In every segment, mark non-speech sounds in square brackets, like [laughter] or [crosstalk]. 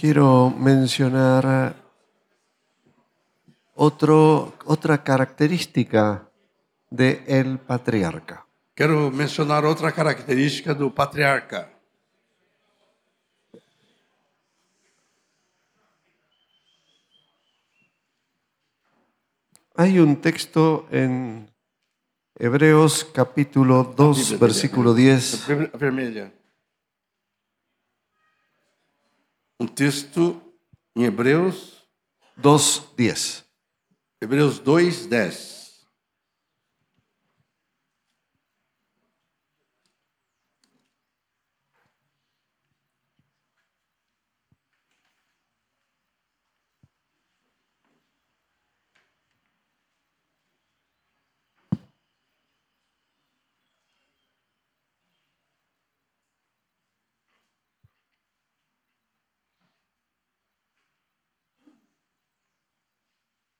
Quiero mencionar otro, otra característica de el patriarca. Quero mencionar outra característica do patriarca. Hay un texto en Hebreos capítulo 2, versículo 10, Ver- Vermelha. Um texto em Hebreus, 2, 10. Hebreus 2, 10.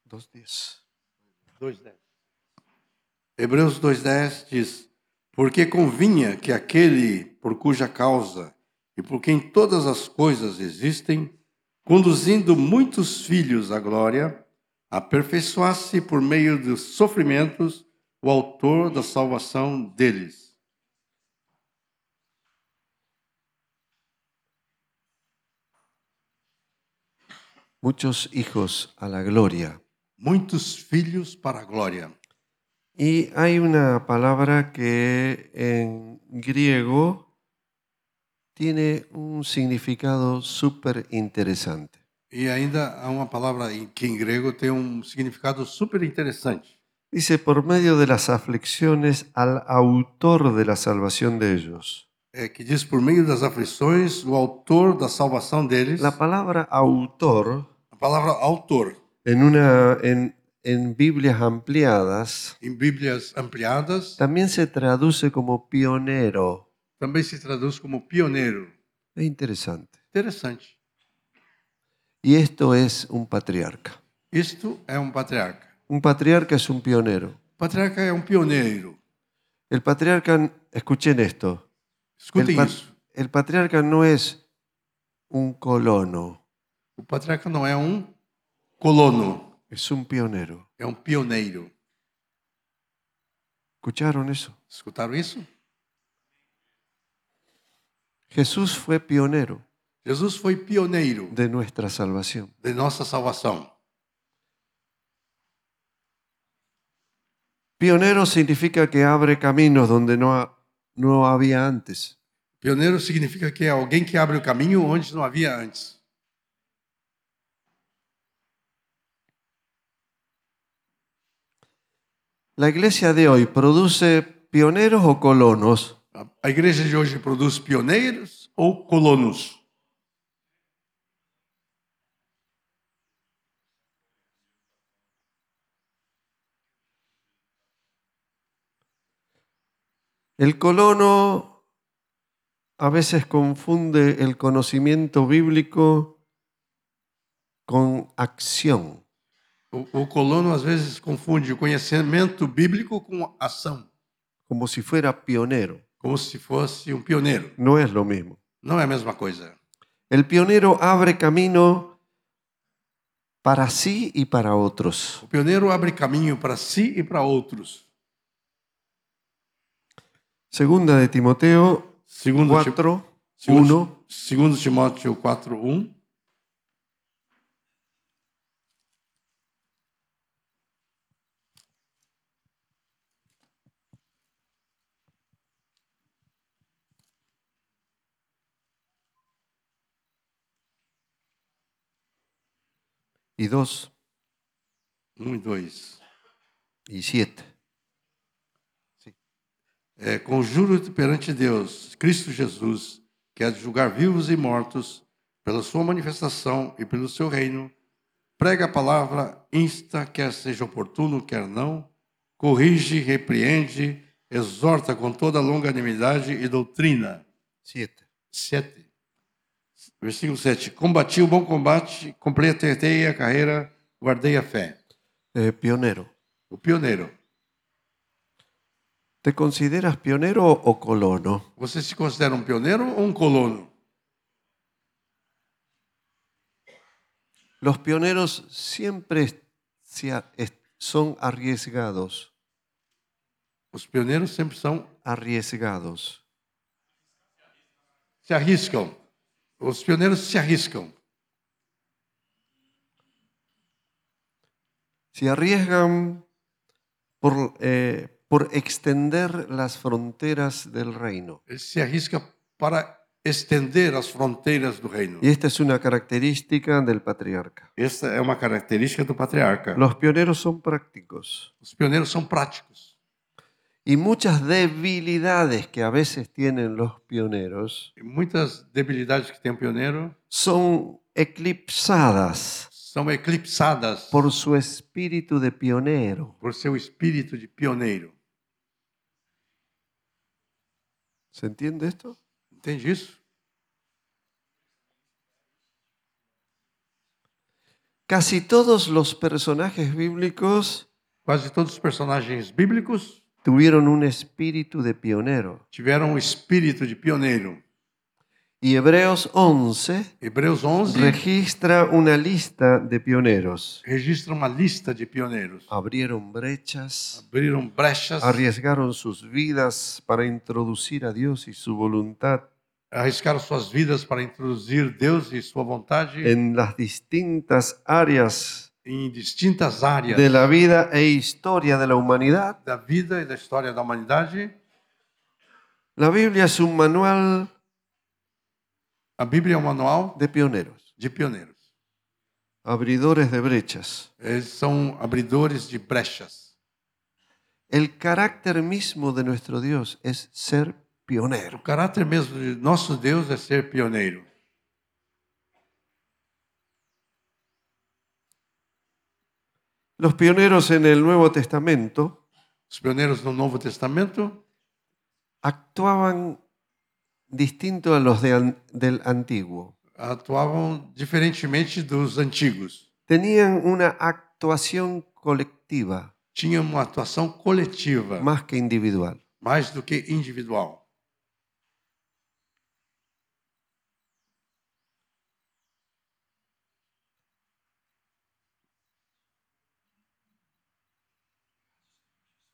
Dos, diez. 2:10. Hebreus 2:10 diz: Porque convinha que aquele por cuja causa e por quem todas as coisas existem, conduzindo muitos filhos à glória, aperfeiçoasse por meio dos sofrimentos o autor da salvação deles. Muchos hijos a la gloria. Muitos filhos para a glória. Y hay una palabra que en griego tiene un significado súper interesante. E ainda há uma palavra em- que em grego tem um significado super interessante. Dice, por medio de las aflicciones al autor de la salvación de ellos. é, que diz por meio das aflições o autor da salvação deles. La palabra autor A palavra autor en, una, en, en Biblias ampliadas em Bíblias ampliadas también se traduce como pionero. também se traduz como pioneiro. Es interesante. Interessante. Y esto es un patriarca. Isto é um patriarca. Un patriarca es un pionero. O patriarca é um pioneiro. El patriarca, escuchen esto, el, Escutem pa- isso. el patriarca no es un colono, O patriarca não é um colono, es un pionero. é um pioneiro. ¿Escucharon eso? Escutaram isso? Jesús fue pionero Jesus foi pioneiro de nuestra salvación. de nossa salvação. Pionero significa que abre caminos donde no, ha- no había antes. Pioneiro significa que é alguém que abre o caminho onde não havia antes. La iglesia de hoy produce pioneros o colonos. A- A igreja de hoje produz pioneiros ou colonos? El colono a veces confunde el conocimiento bíblico con acción. O, o colono às vezes confunde o conhecimento bíblico com ação, como si fuera pionero. como se fosse um pioneiro. No es lo mismo. Não é a mesma coisa. El pionero abre camino para sí y para otros. O pioneiro abre caminho para si e para outros. Segunda de Timoteo Segundo, Ti- 4, segundo, 1. segundo Timóteo 4:1, y 2 1 e 2. y 7. É, Conjuro-te perante Deus, Cristo Jesus, que é de julgar vivos e mortos, pela sua manifestação e pelo seu reino, prega a palavra, insta, quer seja oportuno, quer não, corrige, repreende, exorta com toda longanimidade e doutrina. 7. 7. Versículo 7. Combati o bom combate, completei a carreira, guardei a fé. Eh, pionero. O pioneiro. ¿Te consideras pionero o colono? Você se considera um pioneiro ou um colono? Los pioneros siempre se a- es- son arriesgados, Os pioneiros sempre são, arriesgados. se arriscam. Os pioneiros se arriscam. Se arriesgan por, eh, por extender las fronteras del reino. Ele se arrisca para estender as fronteiras do reino. Y esta es una característica del patriarca. Essa é uma característica do patriarca. Los pioneros son prácticos. Os pioneiros são práticos. Y muchas debilidades que a veces tienen los pioneros E muitas debilidades que tem o pioneiro son eclipsadas são eclipsadas por, por su espíritu de pionero. seu espírito de pioneiro. ¿Se entiende esto? Entende isso? Casi todos los personajes bíblicos Quase todos os personagens bíblicos tuvieron un espíritu de pionero. tiveram o espírito de pioneiro. Y Hebreos 11 Hebreus 11 registra una lista de pioneros. registra uma lista de pioneiros. Abrieron brechas, Abriram brechas, arriesgaron sus vidas para introducir a Dios y su voluntad arriscaram suas vidas para introduzir Deus e sua vontade en las distintas áreas em distintas áreas de la vida e historia de la humanidad. da vida e da história da humanidade. La Biblia es un manual A Bíblia é um manual de pioneros, de pioneiros. abridores de brechas. Eles são abridores de brechas. El carácter mismo de nuestro Dios es ser O pionero. caráter mesmo de nosso Deus é ser pioneiro. Los pioneros en el Nuevo Testamento Os pioneiros no Novo Testamento actuaban distinto a los de an- del Antiguo. atuavam diferentemente dos antigos. Tenían una actuación colectiva Tinham uma atuação coletiva, más que individual. mais do que individual.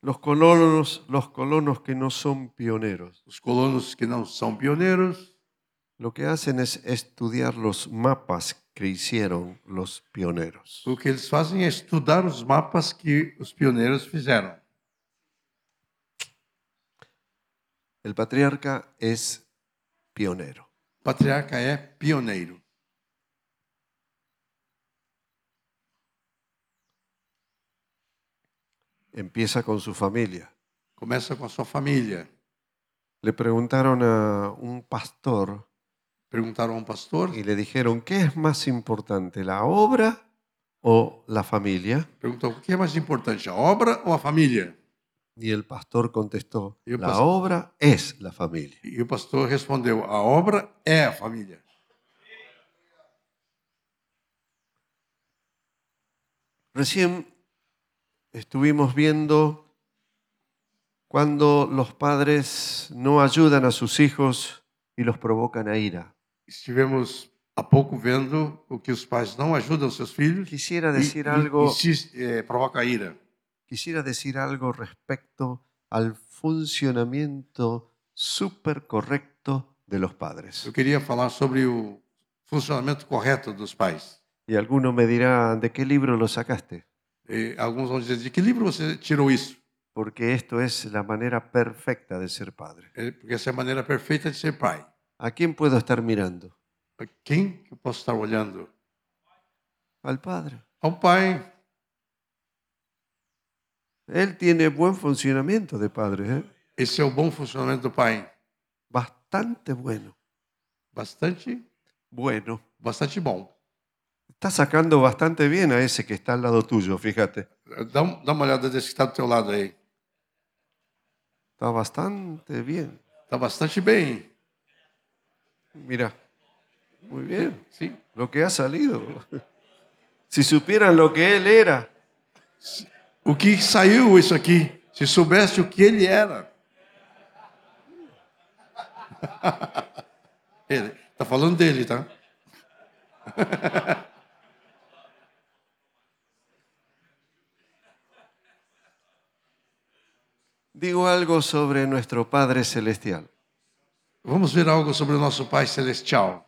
Los colonos, los colonos que no son pioneros, Os colonos que não são pioneiros, lo que hacen es estudiar los mapas que hicieron los pioneros. o que eles fazem é estudar os mapas que os pioneiros fizeram. El patriarca es pionero. O patriarca é pioneiro. Empieza con su familia. Começa com a sua família. Le preguntaron a un pastor Perguntaram a um pastor, y le dijeron, ¿qué es más importante, la obra o la familia? perguntou o que é mais importante, a obra ou a família? Y el pastor contestó, Y el la pastor- obra es la familia. E o pastor respondeu: a obra é a família. Recién estuvimos viendo cuando los padres no ayudan a sus hijos e los provocan a ira. Estivemos há pouco vendo o que os pais não ajudam seus filhos Quisiera e, decir e- algo, insiste- eh, provoca ira. quisiera decir algo respecto al funcionamiento súper correcto de los padres. Eu queria falar sobre o funcionamento correto dos pais. Y alguno me dirá, ¿de qué libro lo sacaste? E alguns vão dizer: de que livro você tirou isso? Porque esto es la manera perfecta de ser padre. É, porque essa é a maneira perfeita de ser pai. ¿A quién puedo estar mirando? A Quem que eu posso estar olhando? Al padre. Ao pai. Él tiene buen funcionamiento de padre, ¿eh? Esse é o bom funcionamento do pai. bastante bueno. Bastante, Bueno. bastante bom. Está sacando bastante bien a ese que está al lado tuyo, fíjate. Dá, um- dá uma olhada desse que está do teu lado aí. Está bastante bien. Está Tá bastante bem. Mira. Muy bien. Sim. Lo que ha salido. Si supieran lo que él era. O que saiu isso aqui? Se soubesse o que ele era. [laughs] ele tá falando dele, tá? Digo algo sobre nuestro Padre Celestial. Vamos ver algo sobre o nosso Pai Celestial.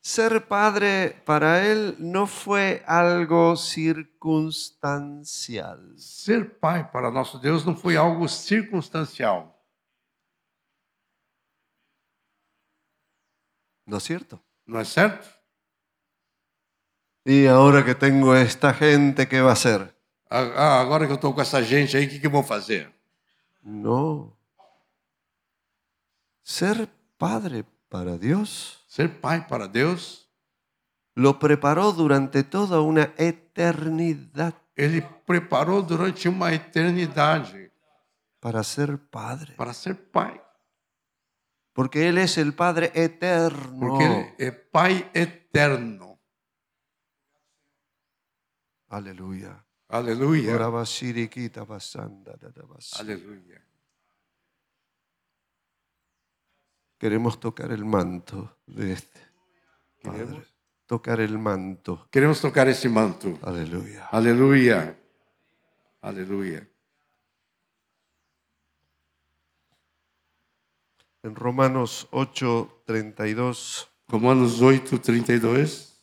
Ser padre para él no fue algo circunstancial. Ser pai para nosso Deus não foi algo circunstancial, ¿No es cierto? não é certo? Y ahora que tengo esta gente, ¿qué va a hacer? Ah, ah, agora que eu estou com essa gente aí, o que, que eu vou fazer? No. Ser padre para Dios Ser pai para Deus, lo preparó durante toda una eternidad Ele preparou durante uma eternidade para ser padre. para ser pai, Porque Él es el Padre eterno. porque Oh. Ele é Pai eterno. Aleluya. Aleluia. Orabasiriquita basanda, dadabas. Aleluia. Queremos tocar el manto de este. Padre. Queremos. Tocar el manto. Queremos tocar esse manto. Aleluya. Aleluia. Aleluia. En Romanos 8, 32. Romanos 8, 32.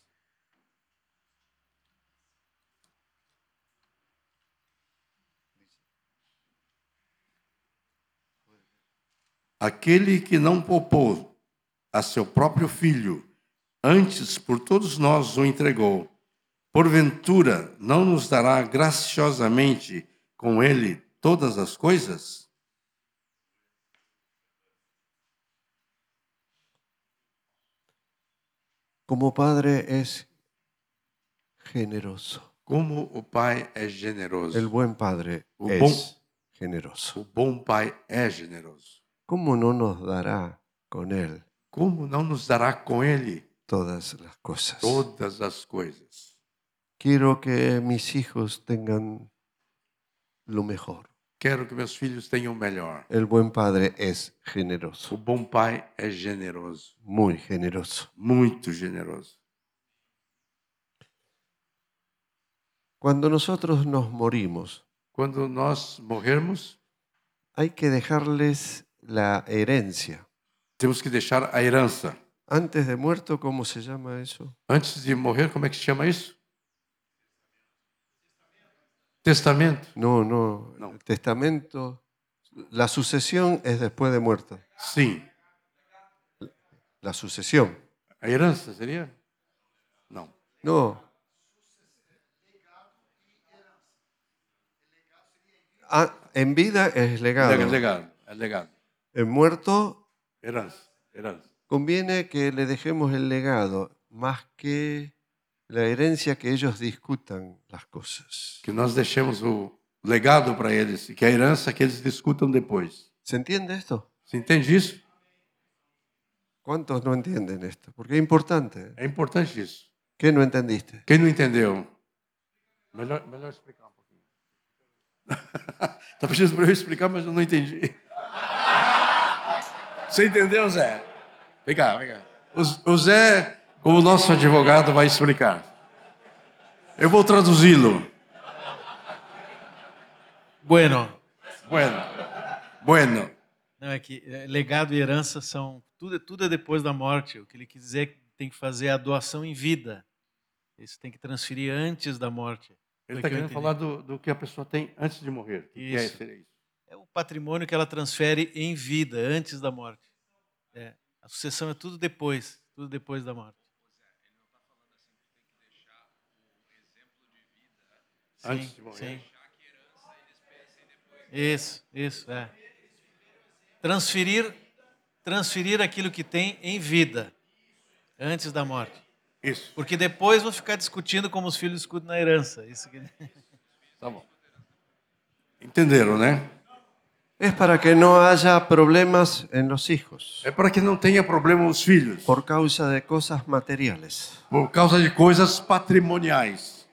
Aquele que não poupou a seu próprio filho, antes por todos nós o entregou, porventura não nos dará graciosamente com ele todas as coisas? Como Padre es generoso. Como o Pai é generoso. El buen Padre Un es bon- generoso. O bom Pai é generoso. ¿Cómo no nos dará con Él Como não nos dará com ele todas las cosas? todas as coisas? Quiero que mis hijos tengan lo mejor. Quero que meus filhos tenham o melhor. El buen Padre es O generoso, bom pai é generoso, muy generoso. muito generoso. Cuando nosotros nos morimos, Quando nós morrermos, hay que dejarles la herencia. temos que deixar a herança. Antes de muerto, ¿cómo se llama eso? Antes de morrer, como é que se chama isso? Testamento. No, no, No. testamento. La sucesión es después de muerto. Sim. La sucesión. A herança seria? Não. No. Ah, en vida es legado. É legado. É legado. En muerto Herança. Herança. conviene que le dejemos el legado más que la herencia que ellos discutan las cosas. Que nós deixemos o legado para eles e que é a herança que eles discutam depois. ¿Se entiende esto? Você entende isso? ¿Cuántos no entienden esto? Porque es importante. ¿eh? É importante isso. ¿Qué no entendiste? Quem não entendeu? Melhor, melhor explicar um pouquinho. [laughs] Está pedindo para eu explicar, mas eu não entendi. Você entendeu, Zé? Vem cá, vem cá. O, o Zé, como nosso advogado, vai explicar. Eu vou traduzi-lo. Bueno, Bueno. Bueno. não é que é, legado e herança são tudo, é- tudo é depois da morte. O que ele quis dizer é que tem que fazer a doação em vida. Isso tem que transferir antes da morte. Ele Foi está que eu querendo entendi. falar do, do que a pessoa tem antes de morrer. O que é Isso. seria isso? É o patrimônio que ela transfere em vida, antes da morte. É, a sucessão é tudo depois, tudo depois da morte. Sim, Antes de morrer. Sim. Isso, isso, é. Transferir, transferir aquilo que tem em vida, antes da morte. Isso. Porque depois vão ficar discutindo como os filhos discutem na herança. Isso que... Tá bom. Entenderam, né? Es para que no haya problemas en los hijos É para que não tenha problema os filhos. por causa de cosas materiales. por causa de coisas patrimoniais.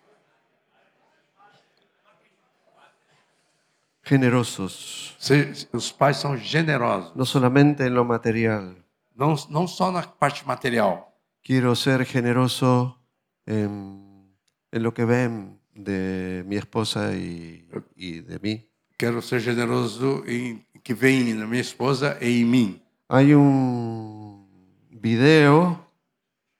Generosos, Se- os pais são generosos, no solamente en lo material, não, não só na parte material. quiero ser generoso en, en lo que ven de mi esposa y, y de mí. Quero ser generoso em que vem na minha esposa e em mim. Hay un video,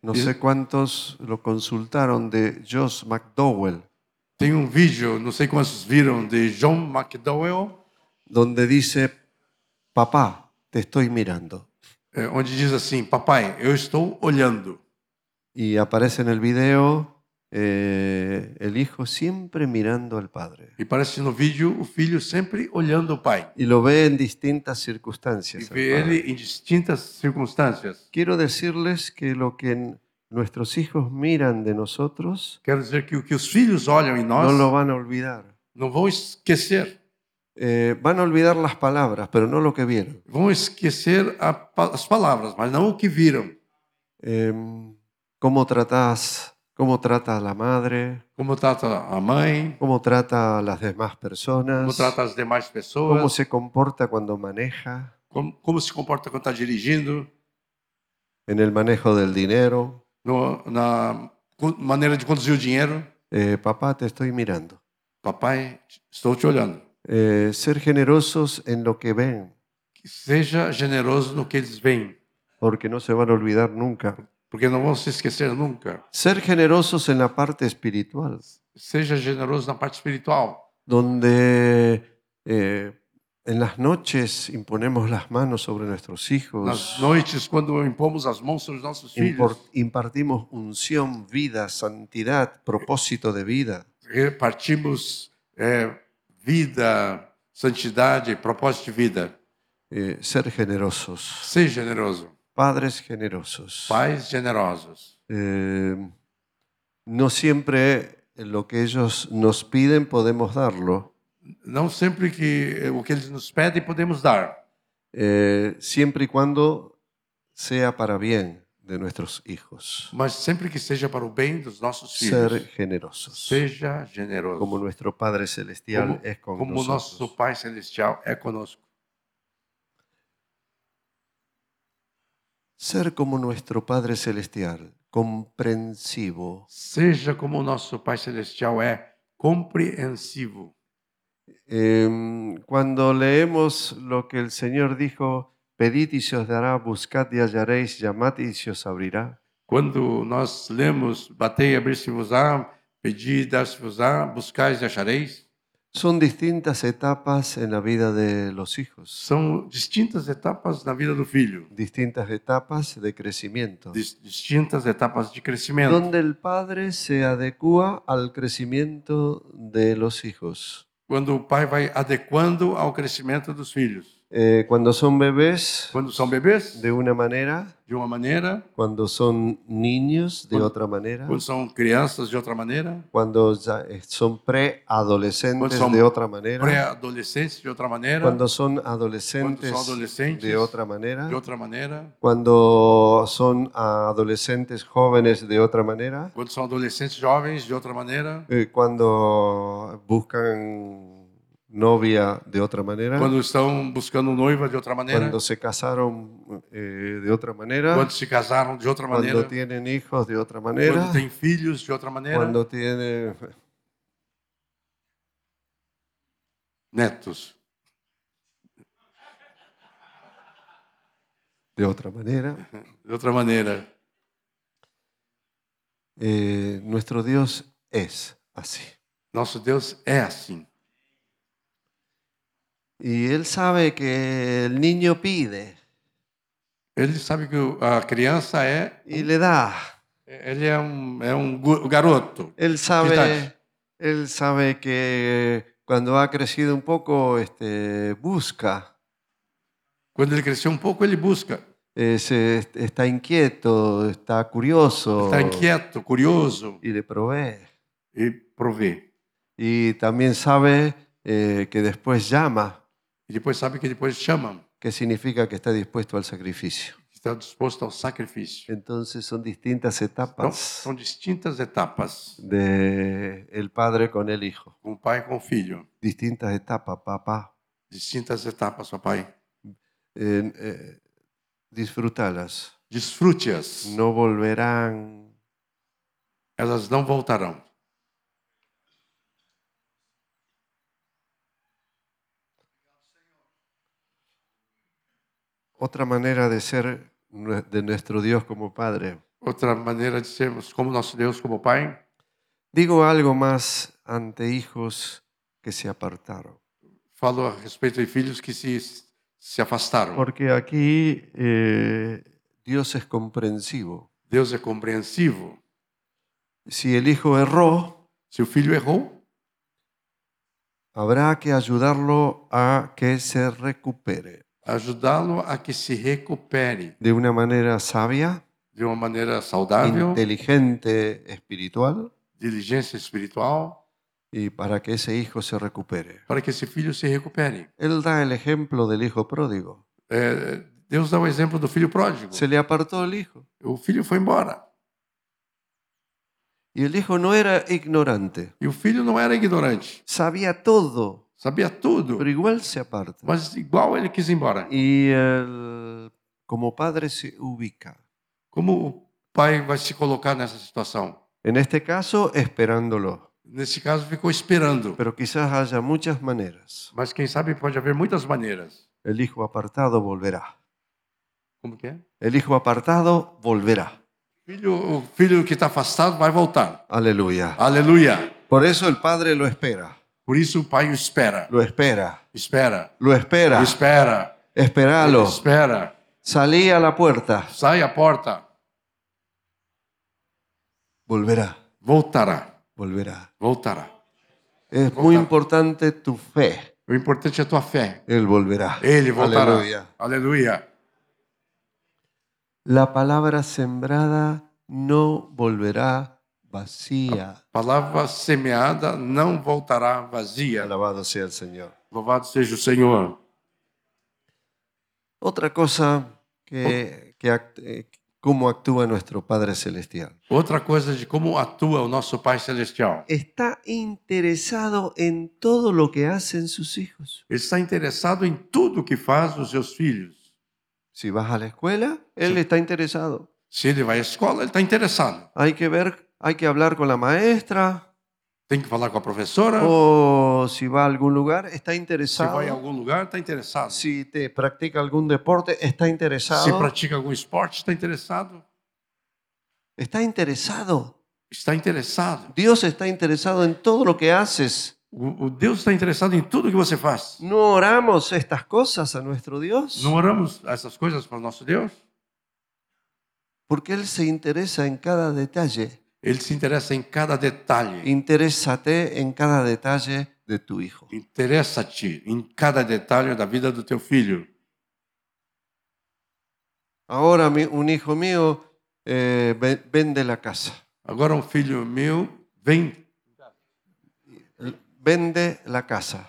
no Sí. sé cuántos lo consultaron, de Josh McDowell, Tem um vídeo, não sei quantos viram, de John McDowell, donde dice, papá, te estoy mirando. eh, onde diz assim: Papai, eu estou olhando. Y aparece en el video eh, el hijo siempre mirando al padre. E parece no vídeo o filho sempre olhando o pai. Y lo ve en distintas E circunstancias. al vê padre. ele em distintas circunstâncias. Quiero decirles que lo que n- nuestros hijos miran de nosotros Quero dizer que o que os filhos olham em no nós lo van a olvidar. não vão esquecer. Eh, van a olvidar las palabras, pero no lo que vieron. Vão esquecer a pa- as palavras, mas não o que viram. Eh, cómo tratás, cómo trata a la madre, Como trata a mãe, cómo trata a las demás personas, como trata as demais cómo pessoas, se comporta cuando maneja, como, como se comporta quando está dirigindo, en el manejo del dinero. no- na co- maneira de conduzir o dinheiro. Eh, papá, te estoy mirando. Papai, estou te olhando. Eh, ser generosos en lo que ven, Que seja generoso no que eles veem, porque no se van a olvidar nunca. porque não vão se esquecer nunca. Ser generosos en la parte espiritual, Seja generoso na parte espiritual, donde eh, en las noches imponemos las manos sobre nuestros hijos, nas noites quando impomos as mãos sobre os nossos impor- filhos, impartimos unción, vida, santidad, propósito de vida. repartimos é, vida, santidade, propósito de vida. Eh, ser generosos, Seja generoso. padres generosos. Pais generosos. Eh, no siempre lo que ellos nos piden podemos darlo. Não sempre que eh, o que eles nos pedem podemos dar, eh, siempre y cuando sea para bien de nuestros hijos. mas sempre que seja para o bem dos nossos Ser filhos. generosos, Seja generoso. como nuestro Padre Celestial Como- es con como o nosso nosotros. Pai Celestial é conosco. Ser como nuestro Padre Celestial, comprensivo, Seja como o nosso Pai Celestial é compreensivo. Eh, cuando leemos lo que el Señor dijo, pedid y se os dará, buscad y hallaréis, llamad y se os abrirá. Quando nós lemos, batei e abrir-se-vos-á, pedi e dar-se-vos-á, buscais e achareis, Son distintas etapas en la vida de los hijos, são distintas etapas na vida do filho, distintas etapas de crecimiento, dis- distintas etapas de crescimento, donde el padre se adecua al crecimiento de los hijos. quando o pai vai adequando ao crescimento dos filhos. Eh, cuando son bebés, Quando são bebês, de una manera, de uma maneira, cuando son niños, de Cuando- otra manera, quando são crianças, de outra maneira, cuando ya, eh, son preadolescentes, son de otra manera. pré-adolescentes, de outra maneira, Cuando son adolescentes, Cuando son adolescentes, de otra manera. de outra maneira, Cuando son adolescentes jóvenes de otra manera. quando são adolescentes jovens, de outra maneira, Eh, cuando buscan novia de otra manera. Cuando, quando estão buscando noiva de outra maneira, quando, se casaron eh, de otra manera. se casaram de outra cuando maneira, tienen hijos de otra manera. quando têm filhos de outra maneira, Cuando tienen... netos de otra manera. de outra maneira. Eh, nuestro Dios es así. Nosso Deus é assim. Y Él sabe que el niño pide Ele sabe que o- a criança é, y le da. ele é um, é um gu- garoto. Él sabe, Detalle. él sabe que cuando ha crecido un poco, este, busca, Quando ele crescer um pouco, ele busca. eh, se- está inquieto, está curioso Está tá inquieto, curioso y le provee. e provê. Y también sabe eh, que después llama, E depois sabe que depois chama, que significa que está dispuesto al sacrificio. está disposto ao sacrifício. Entonces son distintas Então, etapas são distintas etapas. de el padre con el hijo. com o pai e com o filho. Distintas etapas, papá. Distintas etapas, papai. Eh, eh, disfrútalas. Desfrute-as. No volverán. Elas não voltarão. otra manera de ser nue- de nuestro Dios como Padre. Outra maneira de sermos como nosso Deus, como Pai. Digo algo más ante hijos que se apartaron. Falo a respeito de filhos que se, se afastaram. Porque aquí eh, Dios es comprensivo. Deus é compreensivo. Si el hijo erró, Se o filho errou, habrá que ayudarlo a que se recupere ajudá-lo a que se recupere de una manera sabia, de uma maneira saudável, inteligente, espiritual, diligência espiritual, y para que ese hijo se recupere. para que esse filho se recupere. Él da el ejemplo del hijo pródigo. É, Deus dá o exemplo do filho pródigo. Se le apartó el hijo. O filho foi embora. Y el hijo no era ignorante. E o filho não era ignorante. Sabía todo, Sabia tudo, pero igual se aparta. mas igual ele quis ir embora. Y el- como padre se ubica. Como o pai vai se colocar nessa situação? En este caso, esperándolo. Nesse caso, ficou esperando. Pero quizás haya muchas maneras. Mas quem sabe pode haver muitas maneiras. El hijo apartado volverá. Como que é? El hijo apartado volverá. Filho, o filho que está afastado vai voltar. Aleluya. Aleluia. Por eso el padre lo espera. Por isso o pai o espera. Lo espera. Espera. Lo espera. Espera. Esperalo. Espera. Salí a la puerta. Sai a porta. Volverá. Voltará. Volverá. Voltará. Es muy importante tu fe. O importante é a tua fé. Él volverá. Ele voltará. Aleluya. Aleluia. La palabra sembrada no volverá vacía. Palavra semeada não voltará vazia. Alabado sea el Señor. Louvado seja o Senhor. Otra cosa que, que act- eh, cómo actúa nuestro Padre Celestial. Outra coisa de como atua o nosso Pai Celestial. Está interesado en todo lo que hacen sus hijos. Ele está interessado em tudo que faz os seus filhos. Si vas a la escuela, él está interesado. Se ele vai à escola, ele está interessado. Hay que ver, hay que hablar con la maestra Tem que falar com a Ah. professora. o si va a algún lugar, está se vai a interesado. algum lugar, está interessado. Si te practica algún deporte, está Se interesado. pratica algum esporte, está interessado. Está interesado. Está interessado. Dios está interesado en todo lo que haces. O, o Deus está interessado em tudo que você faz. ¿No oramos estas cosas a nuestro Dios? Não oramos essas coisas para o nosso Deus? Porque Él se interesa en cada detalle. Ele se interessa em cada detalhe. Interésate en cada detalle de tu hijo. Interessa-te em cada detalhe da vida do teu filho. Ahora mi- un hijo mío eh, ve- vende la casa. Agora um filho meu vem, Vende la casa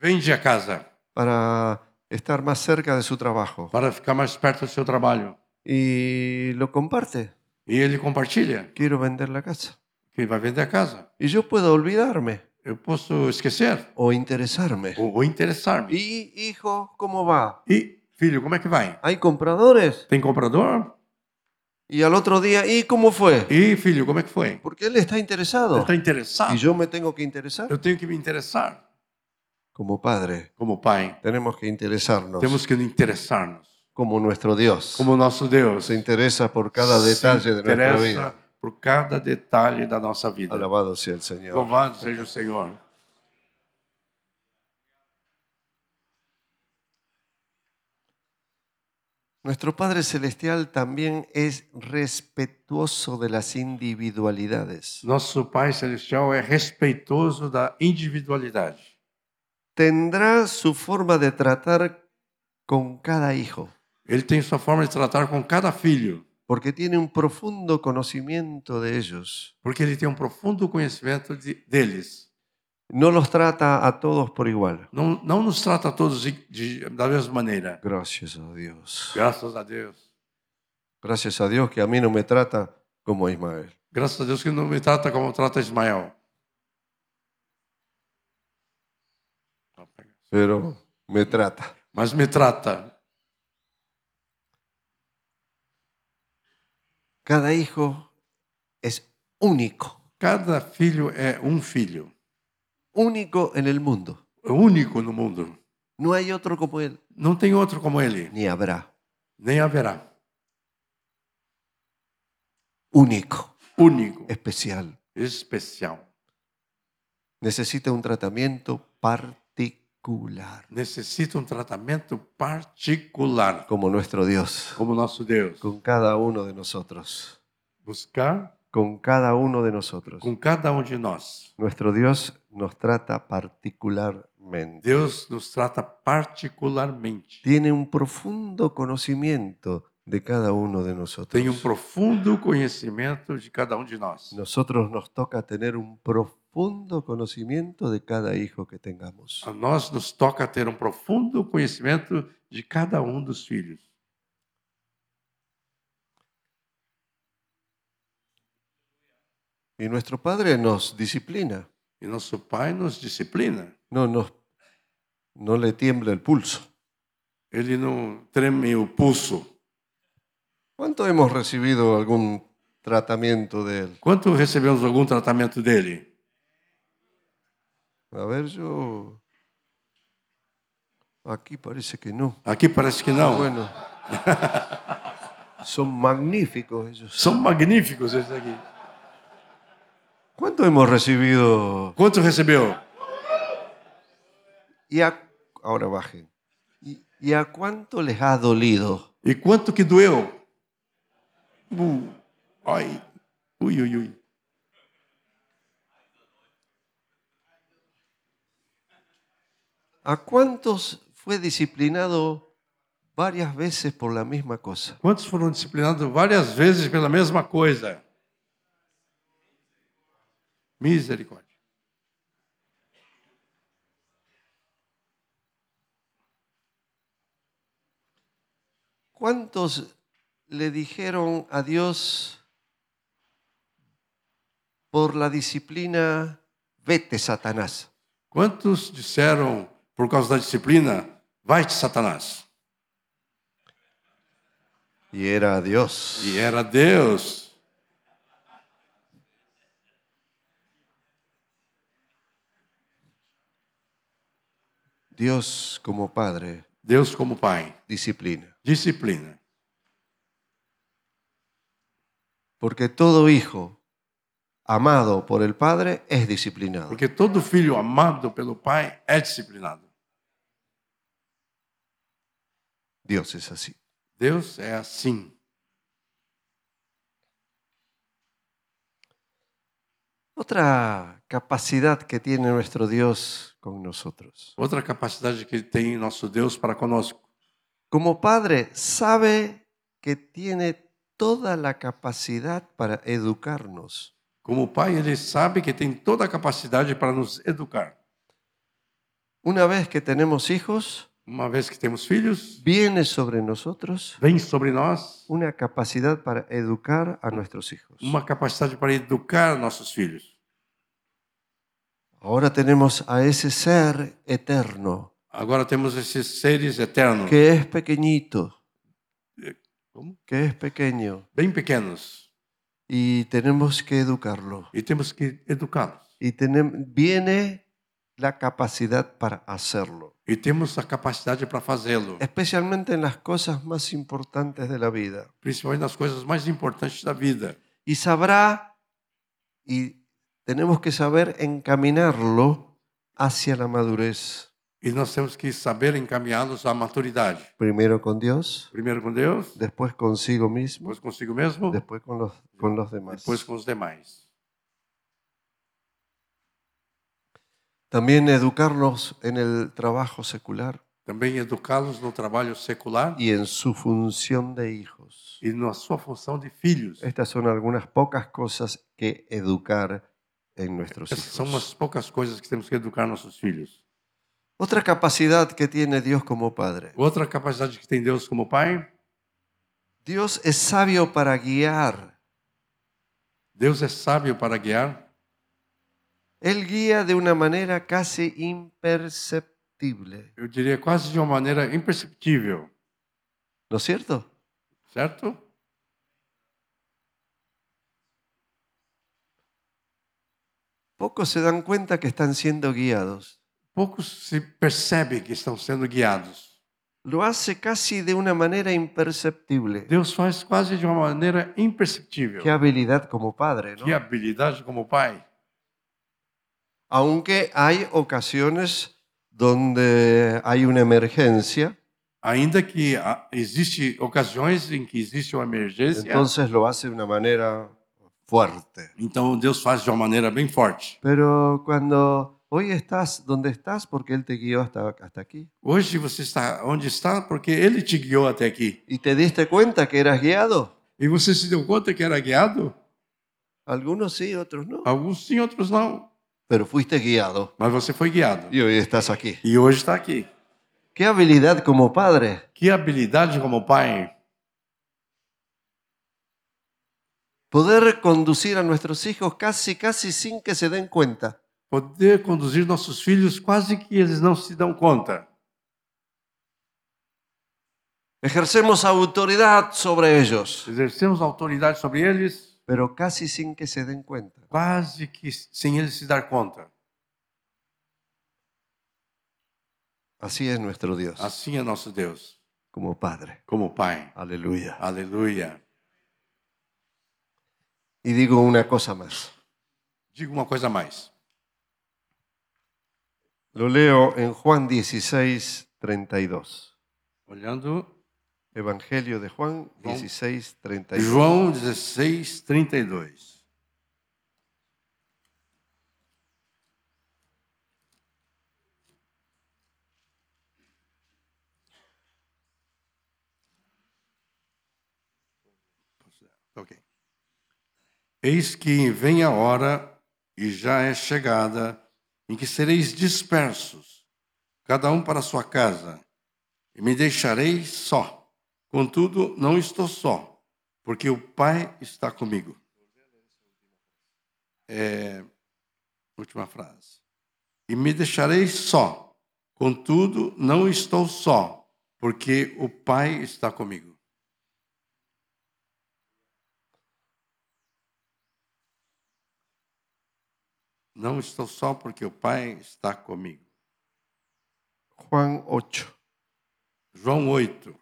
vende a casa para estar más cerca de su trabajo. para ficar mais perto do seu trabalho. Y lo comparte. E ele compartilha Quiero vender la casa. que vai vender a casa. Y yo puedo olvidarme Eu posso esquecer o interesarme. ou, ou interessar-me. Y hijo, ¿cómo va? E, filho, como é que vai? ¿Hay compradores? Tem comprador? Y al otro día, ¿y cómo fue? E, filho, como é que foi? Porque él está interesado. Você está interessado? Y yo me tengo que interesar. Eu tenho que me interessar. Como padre, Como pai, tenemos que interesarnos. temos que nos interessar-nos. Como nuestro Dios Como nosso Deus. se interesa por cada Se detalle de nuestra interessa vida. por cada detalhe da nossa vida. Alabado sea el Señor. Louvado seja o Senhor. Nuestro Padre Celestial también es respetuoso de las individualidades. Nosso Pai Celestial é respeitoso da individualidade. Tendrá su forma de tratar con cada hijo, Ele tem sua forma de tratar com cada filho, porque tiene un profundo conocimiento de ellos. porque ele tem um profundo conhecimento de, deles. No los trata a todos por igual. Não, não nos trata a todos de, de, da mesma maneira. Gracias a Dios. Graças a Deus. Gracias a Dios que a mí no me trata como a Ismael. Graças a Deus que não me trata como trata Ismael. pero me trata. Mas me trata. Cada hijo es único, Cada filho é um filho. único en el mundo. É único no mundo. No hay otro como él, Não tem outro como ele. ni habrá. nem haverá. único, Único, especial. especial. Necesita um tratamento particular, Necessita um tratamento particular, como nuestro Dios, como nosso Deus. con cada uno de nosotros, Buscar con cada uno de nosotros. com cada um de nós. Nuestro Dios nos trata particularmente. Deus nos trata particularmente. Tiene un profundo conocimiento de cada uno de nosotros. Tem um profundo conhecimento de cada um de nós. Nosotros nos toca tener un profundo conocimiento de cada hijo que tengamos. A nós nos toca ter um profundo conhecimento de cada um dos filhos. Y nuestro Padre nos disciplina. E nosso Pai nos disciplina. No nos no le tiembla el pulso. Ele não treme o pulso. ¿Cuánto hemos recibido algún tratamiento de él? Quanto recebemos algum tratamento dele? A ver, yo aquí parece que no. Aqui parece que não. Bueno. Son magníficos ellos. São magníficos esses aqui. ¿Cuánto hemos recibido? Quanto recebeu? Y a- ahora bajen. ¿Y, y a cuánto les ha dolido? E quanto que doeu? Bu- Ai. Ui, ui, ui. ¿A cuántos fue disciplinado varias veces por la misma cosa? Quantos foram disciplinados várias vezes pela mesma coisa? Misericórdia. ¿Cuántos le dijeron a Dios por la disciplina, vete Satanás? Quantos disseram, por causa da disciplina, vai-te, Satanás? Y era Dios. E era Deus. Dios como Padre Deus como Pai. disciplina. Disciplina. Porque todo hijo amado por el Padre es disciplinado. Porque todo filho amado pelo Pai é disciplinado. Dios es así. Deus é assim. Otra capacidad que tiene nuestro Dios con nosotros. Outra capacidade que tem nosso Deus para conosco. Como padre, sabe que tiene toda la capacidad para educarnos. Como Pai, Ele sabe que tem toda a capacidade para nos educar. Una vez que tenemos hijos, Uma vez que temos filhos, viene sobre nosotros vem sobre nós una capacidad para educar a nuestros hijos. uma capacidade para educar nossos filhos. Ahora tenemos a ese ser eterno Agora temos esses seres eternos, que es pequeñito, como? que es pequeño, bem pequenos, y tenemos que educarlo. e temos que educá-los. Y tenem- viene la capacidad para hacerlo. E temos a capacidade para fazê-lo, É. especialmente en las cosas más importantes de la vida. principalmente nas coisas mais importantes da vida. Y sabrá, y tenemos que saber encaminarlo hacia la madurez, E nós temos que saber encaminhá-los à maturidade. primero con Dios, Primeiro com Deus, después consigo mismo, depois consigo mesmo, después con los, con los demás. depois com os demais. También educarnos en el trabajo secular Também educá-los no trabalho secular y en su función de hijos. e na sua função de filhos. Estas son algunas pocas cosas que educar en nuestros Essas são hijos. umas poucas coisas que temos que educar nossos filhos. Otra capacidad que tiene Dios como Padre. Outra capacidade que tem Deus como Pai, Dios es sabio para guiar. Deus é sábio para guiar. Él guía de una manera casi imperceptible. Eu diria quase de uma maneira imperceptível, ¿No es cierto? certo? Pocos se dan cuenta que están siendo guiados. Poucos se percebem que estão sendo guiados. lo hace casi de una manera imperceptible. Deus faz quase de uma maneira imperceptível. Qué habilidad como padre, Que ¿no? habilidade como pai. Aunque hay ocasiones donde hay una emergencia, Ainda que ah, existe ocasiões em que existe uma emergência, entonces lo hace de una manera fuerte. então Deus faz de uma maneira bem forte. Pero cuando hoy estás donde estás, porque Él te guió hasta, hasta aquí, Hoje você está onde está porque Ele te guiou até aqui. y te diste cuenta que eras guiado, E você se deu conta que era guiado? algunos sí, otros no, Alguns sim, outros não. pero fuiste guiado Mas você foi guiado. y hoy estás aquí. E hoje está aqui. Qué habilidad como padre. Que habilidade como pai. Poder conducir a nuestros hijos casi, casi sin que se den cuenta. Poder conduzir nossos filhos quase que eles não se dão conta. Ejercemos autoridad sobre ellos, Exercemos autoridade sobre eles pero casi sin que se den cuenta. quase que sem eles se dar conta. Así es nuestro Dios, Assim é nosso Deus, como Padre. como pai. Aleluya. Aleluia. Y digo una cosa más. Digo uma coisa a mais. Lo leo en Juan 16, 32. Olhando Evangelio de Juan 16, 32. João 16, 32. Ok. Eis que vem a hora, e já é chegada, em que sereis dispersos, cada um para sua casa, e me deixarei só. Contudo, não estou só, porque o Pai está comigo. É, última frase. E me deixarei só. Contudo, não estou só, porque o Pai está comigo. Não estou só porque o Pai está comigo. Juan 8, João 8,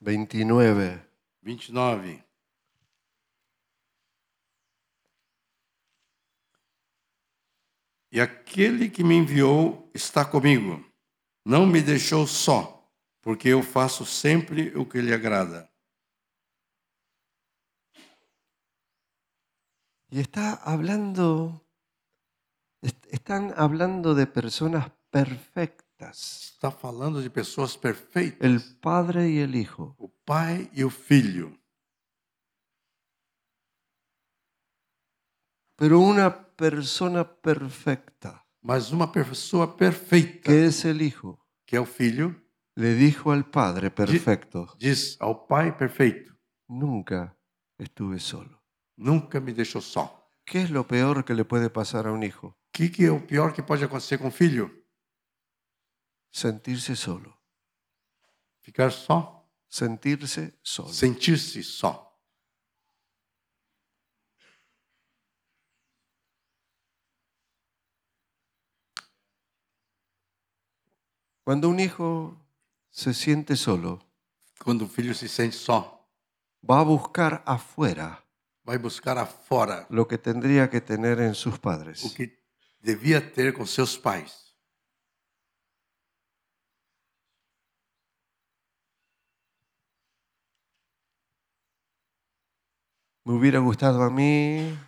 29. 29. E aquele que me enviou está comigo. Não me deixou só, porque eu faço sempre o que lhe agrada. Y está hablando, est- están hablando de personas perfectas. Está falando de pessoas perfeitas. El Padre y el Hijo. O pai e o filho. Pero una persona perfecta, Mas uma pessoa perfeita, que es el Hijo, que é o filho, le dijo al Padre perfecto, diz ao pai perfeito: nunca estuve solo. Nunca me deixou só. ¿Qué es lo peor que le puede pasar a un hijo? O que, que é o pior que pode acontecer com o filho? Sentirse solo. Ficar só? Sentirse solo. sentir-se só. Cuando un hijo se siente solo, Quando o filho se sente só, va a buscar afuera vai buscar afora lo que tendría que tener en sus o padres. que devia ter com seus pais. Me hubiera gustado a mí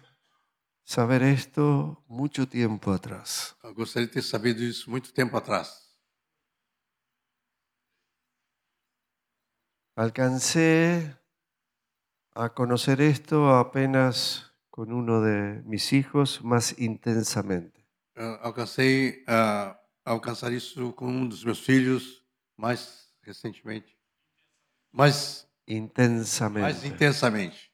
saber esto mucho tiempo atrás. Eu gostaria de ter sabido isso muito tempo atrás. Alcancé a conocer esto apenas con uno de mis hijos más intensamente. Eu alcancei ah, alcançar isso com um dos meus filhos mais recentemente, mais mais Intensamente. intensamente.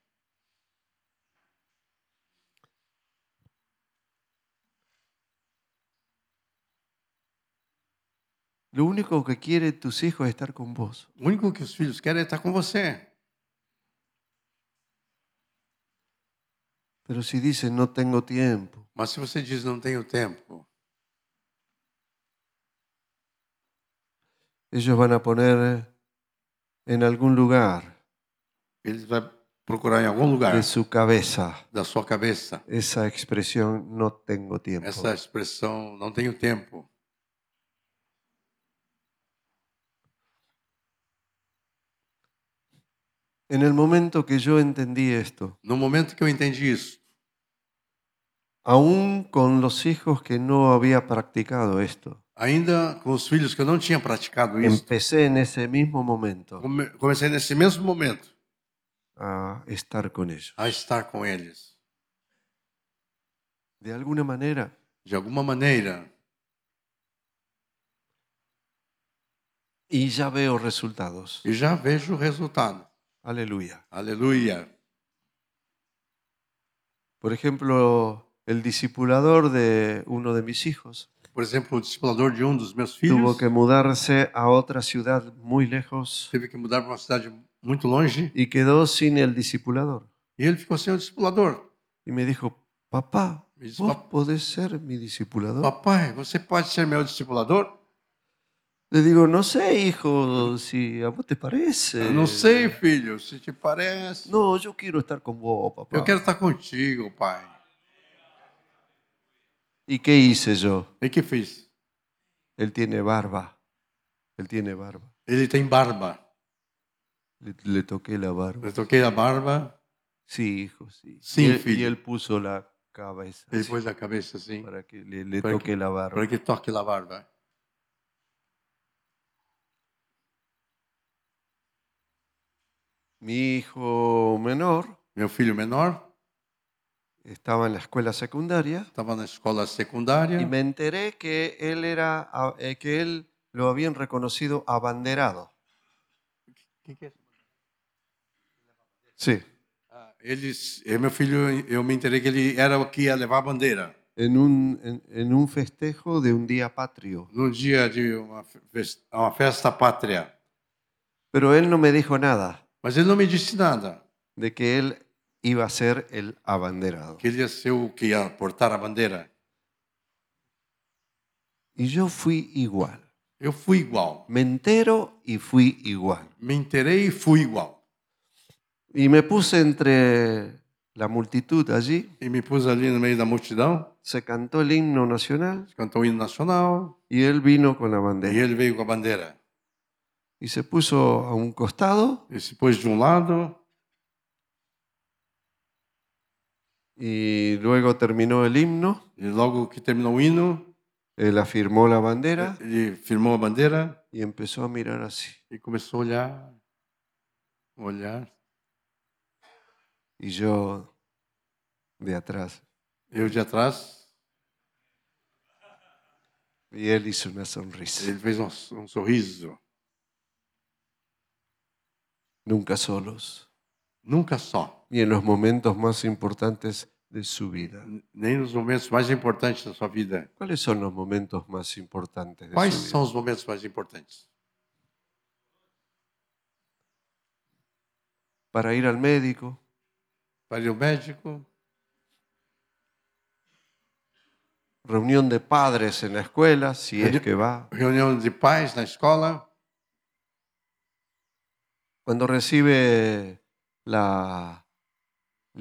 Lo único que quieren tus hijos es estar con vos. O único que os filhos querem é estar com você. Pero si dicen no tengo tiempo, Mas se você diz não tenho tempo, ellos van a poner en algún lugar Eles vai procurar em algum lugar de su cabeza da sua cabeça esa expresión no tengo tiempo. essa expressão não tenho tempo. En el momento que yo entendí esto, No momento que eu entendi isso, aún con los hijos que no había practicado esto, ainda com os filhos que eu não tinha praticado isso, empecé en ese mismo momento come- comecei nesse mesmo momento a estar con ellos. a estar com eles. De alguna manera, De alguma maneira, y ya veo resultados. e já vejo o resultado. Aleluya. Aleluia. Por ejemplo, el discipulador de uno de mis hijos Por exemplo, o discipulador de um dos meus tuvo filhos que mudarse a otra ciudad muy lejos teve que mudar para uma cidade muito longe y quedó sin el discipulador. e ele ficou sem o discipulador. Y me dijo, papá, Me dice, ¿vos "Pap- podés ser mi discipulador? Papai, você pode ser meu discipulador? Le digo, no sé, hijo, si a vos te parece. Eu não sei, filho, se te parece. No, yo quiero estar con vos, papá. Eu quero estar contigo, pai. ¿Y qué hice yo? E que fiz? Él tiene barba. Él tiene barba. Ele tem barba. Le, le toqué la barba. Eu toquei a barba, Sí, hijo, sí. Sí, y, él, filho. y él puso la cabeza ele así pôs a cabeça assim, para que le, le Para que- toque la barba. para que toque a barba. Mi hijo menor Meu filho menor estaba en la escuela secundaria estava na escola secundária y me enteré que él era a- eh, que él lo habían reconocido abanderado. Sí, Ah, Eles, eh, meu filho, eu me enterei que ele era o que ia levar a bandeira en un en- en un festejo de un día patrio. no dia de uma festa, uma festa pátria. Pero él no me dijo nada Mas ele não me disse nada de que él iba a ser el abanderado. que ele ia ser o que ia portar a bandeira. Y yo fui igual. Eu fui igual. Me entero y fui igual. Me enterei e fui igual. Y me puse entre la multitud allí, E me pus ali no meio da multidão, se cantó el himno nacional cantou o hino nacional, y él vino con la e bandera. ele veio com a bandeira. Y se puso a un costado Ele se pôs de um lado, y luego terminó el himno, e logo que terminou o hino, él afirmó la bandera ele firmou a bandeira y empezó a mirar así. e começou a olhar, olhar. Y yo de atrás. Eu de atrás, Y él hizo una sonrisa. ele fez um, um sorriso. Nunca solos. Nunca só, Y en los momentos más importantes de su vida. n- nem nos momentos mais importantes da sua vida. ¿Cuáles son los momentos más importantes de Quais su vida? são os momentos mais importantes? Para ir al médico, Para ir ao médico, reunión de padres en la escuela, si es Reunión- que va. reunião de pais na escola, Cuando recibe la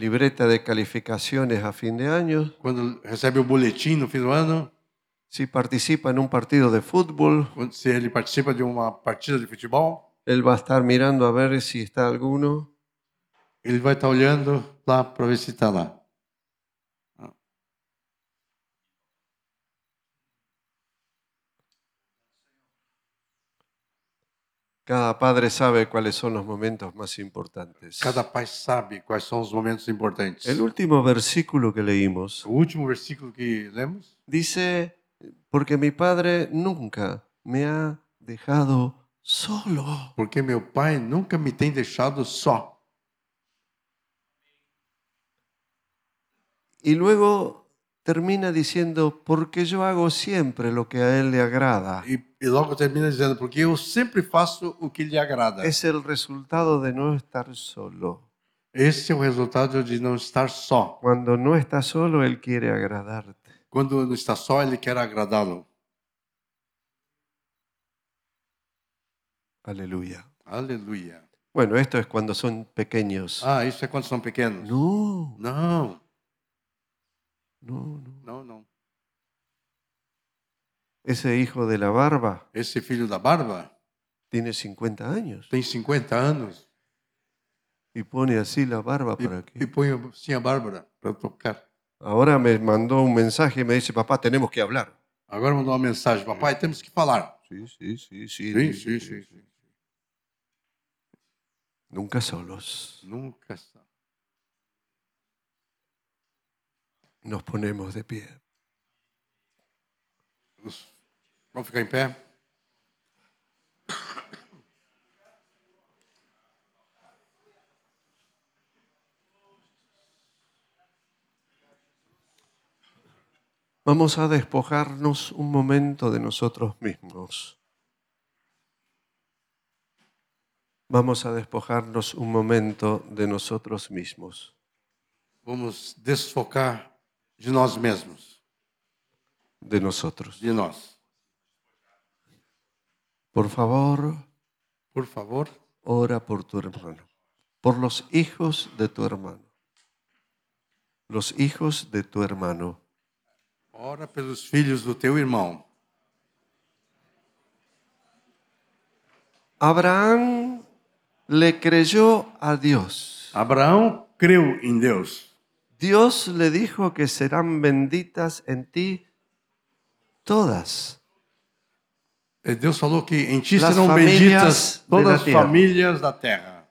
libreta de calificaciones a fin de año, quando recebe o boletim no fim do ano, si participa en un partido de fútbol, quando, se ele participa de uma partida de futebol, él va a estar mirando a ver si está alguno. ele vai estar olhando lá para ver se está lá. Cada padre sabe cuáles son los momentos más importantes. Cada pai sabe quais são os momentos importantes. El último versículo que leímos O último versículo que lemos dice, porque mi padre nunca me ha dejado solo. Porque meu pai nunca me tem deixado só. Y luego termina diciendo, porque yo hago siempre lo que a él le agrada. E, e logo termina dizendo, porque eu sempre faço o que lhe agrada. Es el resultado de no estar solo. Esse é o resultado de não estar só. Cuando no estás solo, él quiere agradarte. Quando não está só, ele quer agradá-lo. Aleluya. Aleluia. Bueno, esto es cuando son pequeños. Ah, isso é quando são pequenos? No, Não, no, no. não, não. Ese hijo de la barba Esse filho da barba tiene 50 años tem 50 anos y pone así la barba para e, e aquí. põe o- sim a Bárbara para tocar. Ahora me mandó un mensaje y me dice, papá, tenemos que hablar. Agora mandou uma mensagem: Papai, temos que falar. Sí, sí, sí, sí. Sim, sí, sim, sí. sim. sim. Nunca solos Nunca sa- nos ponemos de pie. Os- Vamos ficar em pé? Vamos a despojarnos un momento de nosotros mismos. Vamos a despojarnos un momento de nosotros mismos. Vamos desfocar de nós mesmos, De nosotros. de nós. Por favor, Por favor, ora por tu hermano. Por los hijos de tu hermano. Los hijos de tu hermano. ora pelos filhos do teu irmão. Abraham le creyó a Dios. Abraão creu em Deus. Dios le dijo que serán benditas en ti todas E Deus falou que em ti Las serão famílias benditas da todas as terra. famílias da terra.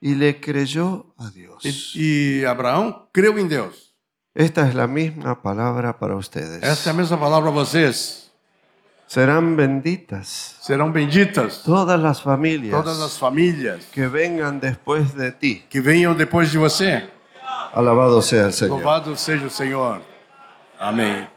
y le creyó a Dios. E, e Abraão creu em Deus. Esta es la misma palabra para ustedes. Essa é a mesma palavra para vocês. Serán benditas Serão benditas todas las familias todas as famílias que vengan después de ti. que venham depois de você. Alabado sea el Señor. Louvado seja o Senhor. Amém.